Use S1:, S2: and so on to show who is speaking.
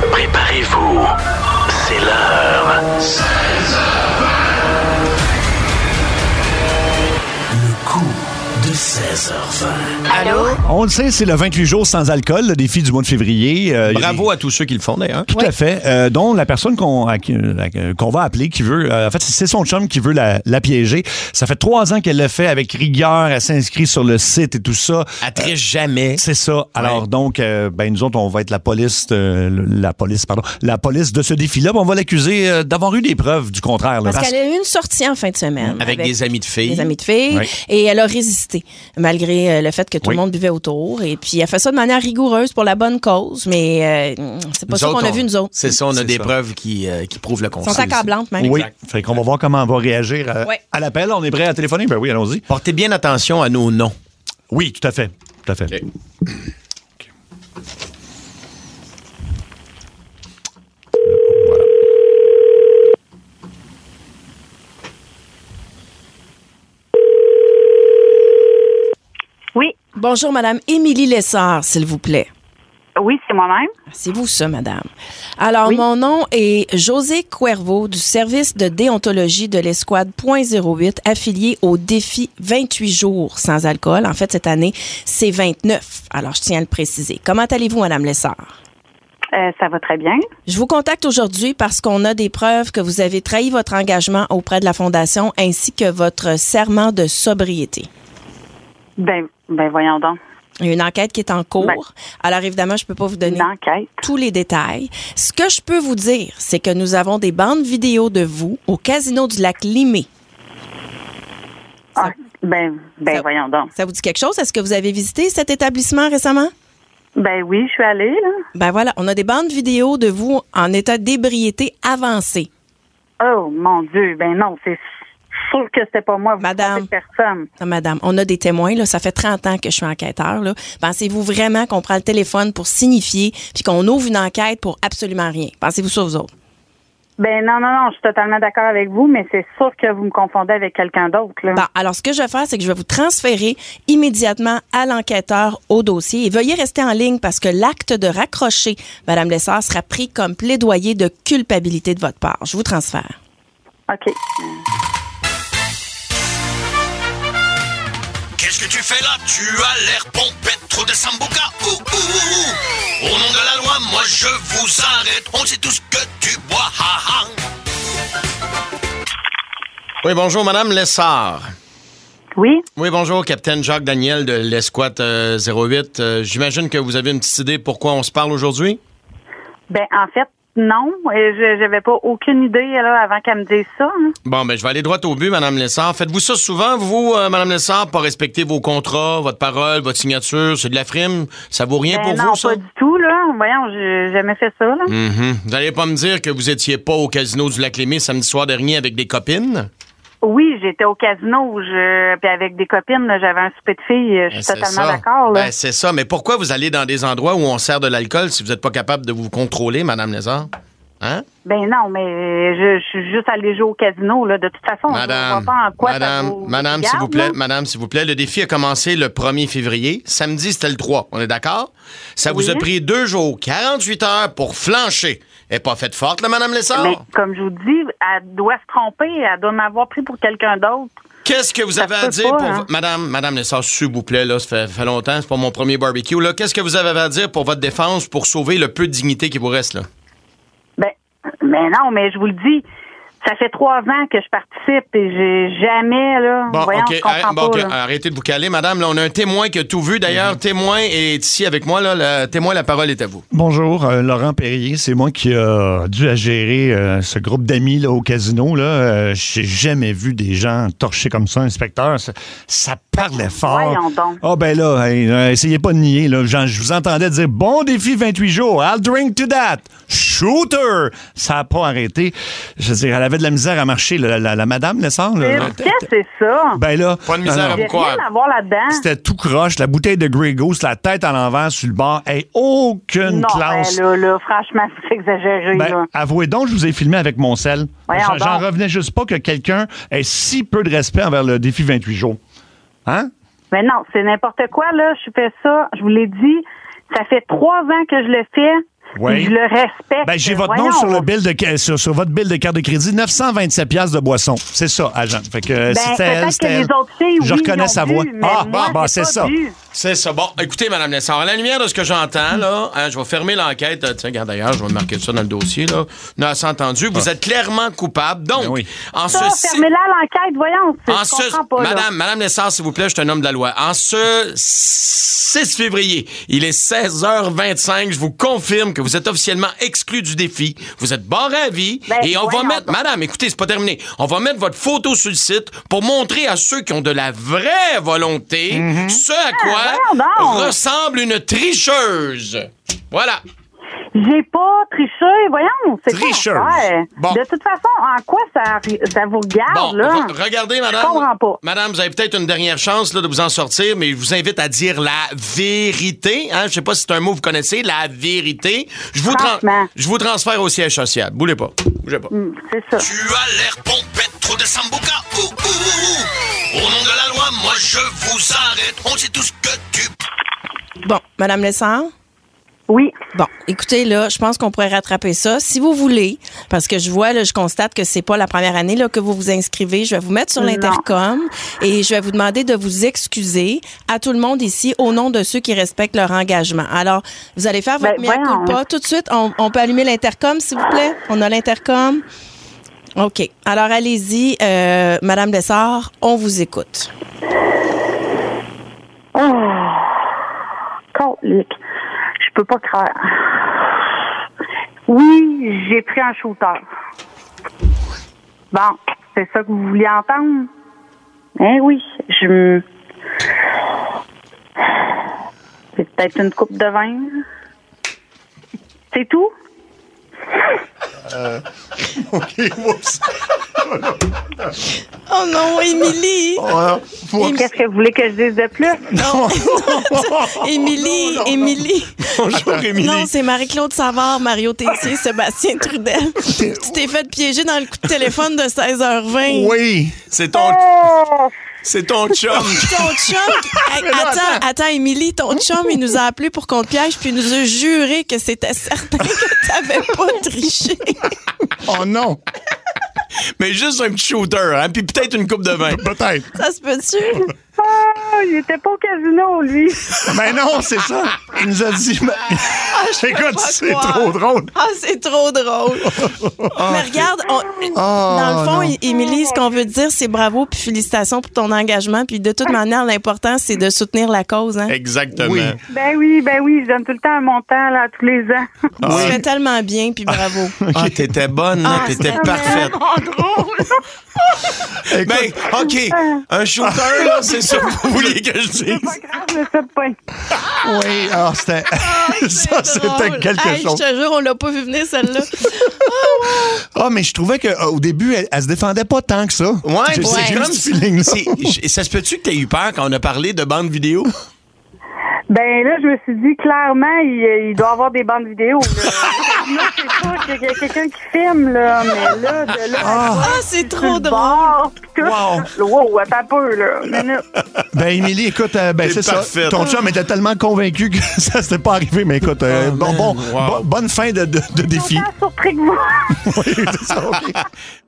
S1: Préparez-vous, c'est l'heure. Le coup de 16h20.
S2: Allô?
S3: On le sait, c'est le 28 jours sans alcool, le défi du mois de février. Euh, il y a
S4: Bravo à tous ceux qui le font, d'ailleurs. hein.
S3: Tout à fait. Euh, dont la personne qu'on à qui- la- qu'on va appeler, qui veut. euh, en fait, c'est son chum qui veut la, la piéger. Ça fait trois ans qu'elle le fait avec rigueur. Elle s'inscrit sur le site et tout ça.
S4: Elle triche jamais.
S3: C'est ça. Alors donc, euh, ben nous autres, on va être la police, euh, la police, pardon, la police de ce défi-là. Ben, On va l'accuser euh, d'avoir eu des preuves du contraire. là.
S2: Parce, qu'elle a eu une sortie en fin de semaine.
S4: Avec des amis de filles.
S2: Des amis de filles.
S3: Oui.
S2: Et elle a résisté, malgré euh, le fait que tout
S3: Oui.
S2: le monde buvait autour. Et puis, elle fait ça de manière rigoureuse pour la bonne cause, mais euh, c'est pas
S4: Nous
S2: ça qu'on
S4: autres,
S2: a vu, nous autres.
S4: C'est ça, on a
S3: C'est
S4: des
S3: ça.
S4: preuves qui, euh, qui prouvent le
S2: Ils
S4: contraire.
S2: sont accablantes, même.
S3: oui. Fait qu'on va voir comment on va réagir à,
S2: Ouais.
S3: à l'appel. On est prêt à téléphoner? Ben oui, allons-y.
S4: Portez bien attention à nos noms.
S3: Oui, tout à fait. Tout à fait. OK. Voilà.
S5: Oui,
S2: Bonjour, Madame Émilie Lessard, s'il vous plaît.
S5: oui, c'est moi-même.
S2: C'est vous, ça, madame. Alors,
S5: Oui.
S2: mon nom est José Cuervo du service de déontologie de l'escouade .08 affilié au défi 28 jours sans alcool. En fait, cette année, c'est 29. Alors, je tiens à le préciser. Comment allez-vous, madame Lessard?
S5: Euh, ça va très bien.
S2: Je vous contacte aujourd'hui parce qu'on a des preuves que vous avez trahi votre engagement auprès de la Fondation ainsi que votre serment de sobriété.
S5: Ben, ben voyons donc.
S2: Il y a une enquête qui est en cours.
S5: Ben.
S2: Alors, évidemment, je peux pas vous donner
S5: Une enquête.
S2: tous les détails. Ce que je peux vous dire, c'est que nous avons des bandes vidéo de vous au casino du lac Limé.
S5: Ah, ben, ben
S2: ça-
S5: voyons donc.
S2: Ça vous dit quelque chose? Est-ce que vous avez visité cet établissement récemment?
S5: Ben oui, je suis allée, là.
S2: Ben voilà, on a des bandes vidéo de vous en état d'ébriété avancée.
S5: Oh, mon Dieu, ben non, c'est sûr que c'était pas moi. Vous
S2: Madame.
S5: trompez Personne.
S2: Non, Ah, madame, on a des témoins, là, ça fait 30 ans que je suis enquêteur. là. Pensez-vous vraiment qu'on prend le téléphone pour signifier puis qu'on ouvre une enquête pour absolument rien? Pensez-vous ça, vous autres?
S5: Ben non, non, non, je suis totalement d'accord avec vous, mais c'est sûr que vous me confondez avec quelqu'un d'autre, là.
S2: Bon, alors ce que je vais faire, c'est que je vais vous transférer immédiatement à l'enquêteur au dossier et veuillez rester en ligne parce que l'acte de raccrocher Madame Lessard sera pris comme plaidoyer de culpabilité de votre part. Je vous transfère.
S5: OK.
S6: Qu'est-ce que tu fais là Tu as l'air pompette, trop de sambuca. Ouh, ouh, ouh, ouh. Au nom de la loi, moi je vous arrête. On sait tous que tu bois. Ha, ha.
S4: Oui, bonjour, Madame Lessard.
S5: Oui?
S4: Oui, bonjour, Capitaine Jacques Daniel de l'Escouade euh, 08. Euh, J'imagine que vous avez une petite idée pourquoi on se parle aujourd'hui?
S5: Ben, en fait, non. Euh, Je n'avais pas aucune idée, là, avant qu'elle me dise ça. hein.
S4: Bon, ben, je vais aller droit au but, Madame Lessard. Faites-vous ça souvent, vous, euh, Madame Lessard, pas respecter vos contrats, votre parole, votre signature, c'est de la frime. Ça vaut rien
S5: Ben
S4: pour
S5: non,
S4: vous,
S5: pas
S4: ça?
S5: du tout, là. Voyons, j'ai jamais fait ça, là.
S4: Mhm. Vous allez pas me dire que vous étiez pas au casino du Lac-Lémy samedi soir dernier avec des copines?
S5: Oui, j'étais au casino, je, puis avec des copines, là, j'avais un souper de filles, euh, je suis
S4: Ben, c'est
S5: totalement
S4: ça.
S5: d'accord. là.
S4: Ben, c'est ça. Mais pourquoi vous allez dans des endroits où on sert de l'alcool si vous n'êtes pas capable de vous contrôler, Madame Lézard? Hein?
S5: Ben non, mais je, je suis juste allée jouer au casino, là. De toute façon, je
S4: Madame,
S5: vois pas en quoi ça
S4: Madame,
S5: vous
S4: Madame,
S5: regarde,
S4: s'il vous plaît,
S5: là.
S4: Madame, s'il vous plaît. Le défi a commencé le 1er février. Samedi, c'était le 3. On est d'accord? Ça vous a
S5: Oui.
S4: pris deux jours, 48 heures pour flancher. Elle n'est pas faite forte, là, Madame Lézard?
S5: Mais comme je vous dis, elle doit se tromper, elle doit m'avoir pris pour quelqu'un d'autre.
S4: Qu'est-ce que vous
S5: Ça
S4: avez à
S5: peut
S4: dire
S5: pas,
S4: pour
S5: hein.
S4: vo- Madame, Madame Lessard, s'il vous plaît, là, ça fait, fait longtemps, c'est pas mon premier barbecue, là. Qu'est-ce que vous avez à dire pour votre défense pour sauver le peu de dignité qui vous reste, là?
S5: Ben, mais non, mais je vous le dis, ça fait trois ans que je participe et j'ai jamais, là.
S4: Bon,
S5: voyons,
S4: OK,
S5: je comprends
S4: arrête- bon,
S5: pas,
S4: OK, euh,
S5: là.
S4: arrêtez de vous caler, madame. Là, on a un témoin qui a tout vu. D'ailleurs, témoin est ici avec moi. Là, Le témoin, la parole est à vous.
S3: Bonjour, euh, Laurent Perrier. C'est moi qui a dû à gérer euh, ce groupe d'amis là, au casino. Là. Euh, J'ai jamais vu des gens torcher comme ça, inspecteur. Ça, ça parlait fort.
S5: Voyons donc.
S3: Ah ben là, hey, euh, essayez pas de nier. Là. Genre, je vous entendais dire « Bon défi 28 jours, I'll drink to that, shooter ». Ça a pas arrêté. Je veux dire, elle avait de la misère à marcher, là, la, la- la madame, le sang. là.
S5: Qu'est-ce que c'est ça?
S3: euh, Ben là...
S4: Pas de misère à
S3: non,
S5: J'ai
S4: vous croire.
S5: rien à voir là-dedans.
S3: C'était tout croche, la bouteille de Grey Goose, la tête à l'envers sur le bord. Hey, aucune
S5: non,
S3: classe.
S5: ben là, là, franchement, c'est exagéré,
S3: Ben,
S5: là.
S3: avouez donc, je vous ai filmé avec mon sel.
S5: Voyons
S3: J'en-
S5: donc.
S3: J'en revenais juste pas que quelqu'un ait si peu de respect envers le défi 28 jours. Hein?
S5: Mais non, c'est n'importe quoi, là. Je fais ça, je vous l'ai dit. Ça fait trois ans que je le fais.
S3: Oui.
S5: Je le respecte.
S3: Ben, j'ai votre nom
S5: Euh, Voyons.
S3: sur, le bill de, ca- sur, sur votre bill de carte de crédit, 927 piastres de boisson. C'est ça, agent. Fait que euh,
S5: Ben,
S3: c'était elle,
S5: peut-être que
S3: c'était
S5: les
S3: elle.
S5: autres filles,
S3: Je
S5: oui,
S3: reconnais
S5: l'ont
S3: sa
S5: bu,
S3: voix.
S5: mais
S3: Ah,
S5: moi,
S3: bon, ben,
S5: j'ai
S3: c'est
S5: pas
S3: ça.
S5: bu.
S4: C'est ça. Bon, écoutez, Madame Lessard, à la lumière de ce que j'entends, là, hein, je vais fermer l'enquête. Euh, Tiens, regarde d'ailleurs, je vais marquer ça dans le dossier, là. Non, c'est entendu. Vous êtes clairement coupable. Donc,
S3: Ben oui.
S4: en
S5: Ça,
S4: ceci-
S5: fermez-la à l'enquête, voyons. tu-
S4: En
S5: je
S4: ce-
S5: comprends pas, là.
S4: Madame, Madame Lessard, s'il vous plaît, je suis un homme de la loi. En ce 6 février, il est 16h25. Je vous confirme que vous êtes officiellement exclu du défi. Vous êtes barré à vie.
S5: Ben,
S4: et on va
S5: voyons
S4: mettre,
S5: donc.
S4: Madame, écoutez, c'est pas terminé. On va mettre votre photo sur le site pour montrer à ceux qui ont de la vraie volonté ce à quoi
S5: Mm-hmm. Ah, voyons donc.
S4: ressemble une tricheuse. Voilà.
S5: J'ai pas triché, voyons. C'est quoi
S3: Tricheuse.
S5: l'affaire?
S4: Bon.
S5: De toute façon, en quoi ça, ça vous regarde,
S4: Bon,
S5: là?
S4: re- regardez, madame.
S5: Je comprends pas.
S4: Madame, vous avez peut-être une dernière chance là, de vous en sortir, mais je vous invite à dire la vérité. Hein? Je sais pas si c'est un mot que vous connaissez, la vérité. Je vous, tran-
S5: Franchement.
S4: je vous transfère au siège social. Boulez pas. Bougez pas.
S5: Hmm, C'est ça.
S6: Tu as l'air pompette, trop de sambuca. Ouh, ouh, ouh. Au nom de la loi, moi je vous arrête. On sait tout ce que tu
S2: Bon, Madame Lessard?
S5: Oui.
S2: Bon, écoutez, là, je pense qu'on pourrait rattraper ça. Si vous voulez, parce que je vois, là, je constate que c'est pas la première année là, que vous vous inscrivez, je vais vous mettre sur
S5: Non.
S2: l'intercom et je vais vous demander de vous excuser à tout le monde ici au nom de ceux qui respectent leur engagement. Alors, vous allez faire votre
S5: Ben,
S2: mea
S5: voyons.
S2: culpa. Tout de suite, on, on peut allumer l'intercom, s'il vous plaît? On a l'intercom. OK. Alors, allez-y, euh, Madame Lessard, on vous écoute.
S5: Oh, Colique. Je peux pas croire. Oui, j'ai pris un shooter. Bon, c'est ça que vous vouliez entendre? Eh oui, je me. C'est peut-être une coupe de vin. C'est tout?
S2: Oh non, Émilie!
S5: Qu'est-ce que vous voulez que je dise de plus?
S3: Oh,
S2: Émilie, Émilie.
S3: Bonjour, Émilie.
S2: Non, c'est Marie-Claude Savard, Mario Tessier, Sébastien Trudel. tu t'es fait piéger dans le coup de téléphone de 16h20.
S3: Oui.
S4: C'est ton,
S5: Eh!
S4: c'est ton chum.
S2: Ton chum, Hey, attends, attends, Émilie, ton chum, il nous a appelé pour qu'on te piège, puis il nous a juré que c'était certain que t'avais pas triché.
S3: Oh non.
S4: mais juste un petit shooter, hein, puis peut-être une coupe de vin.
S3: Peut-être.
S2: Ça se peut-tu?
S5: Ah, il était pas au casino, lui.
S3: Mais Ben, non, c'est ça. Il nous a dit. mais- Ah, Écoute,
S2: pas
S3: c'est
S2: croire.
S3: trop drôle.
S2: Ah, c'est trop drôle.
S3: Ah,
S2: Mais regarde, on- dans le fond, É- Émilie, ce qu'on veut dire, c'est bravo puis félicitations pour ton engagement. Puis de toute manière, l'important, c'est de soutenir la cause.
S3: Eh,
S2: Hein.
S4: Exactement.
S3: Oui.
S5: Ben oui, ben oui, je donne tout le temps un montant, là, tous les ans.
S2: Tu fais tellement bien, puis bravo.
S4: Ah, t'étais bonne, là, t'étais
S2: c'est
S4: parfaite. Ben, OK, un shooter, là, c'est ça que vous vouliez que je dise.
S5: Ah. Pas grave, je sais pas.
S3: Oui, ah, c'était. ça, c'était
S2: drôle.
S3: quelque
S2: Hey,
S3: chose.
S2: Je te jure, on l'a pas vu venir, celle-là.
S3: Ah, mais je trouvais qu'au début, elle, elle se défendait pas tant que ça.
S4: Ouais,
S3: J'ai-
S4: ouais.
S3: j'ai eu
S4: Comme
S3: ce
S4: si-
S3: feeling-là.
S4: si- j- ça se peut-tu que t'aies eu peur quand on a parlé de bande vidéo?
S5: Ben là, je me suis dit, clairement, il, il doit avoir des bandes vidéo. Là, là c'est sûr qu'il y a quelqu'un qui filme, là, mais là, de là...
S2: Ah, c'est trop drôle.
S5: Wow. wow, attends un peu, là. une minute.
S3: Ben, Émilie, écoute, euh, ben,
S4: T'es
S3: c'est ça.
S4: parfaite.
S3: Ton chum était tellement convaincu que ça s'était pas arrivé. Mais écoute, euh, bon, bon,
S4: Oh, Wow.
S3: bon- bonne fin de, de- de défi.
S5: Autant surpris que vous.
S3: Oui, c'est ça, OK.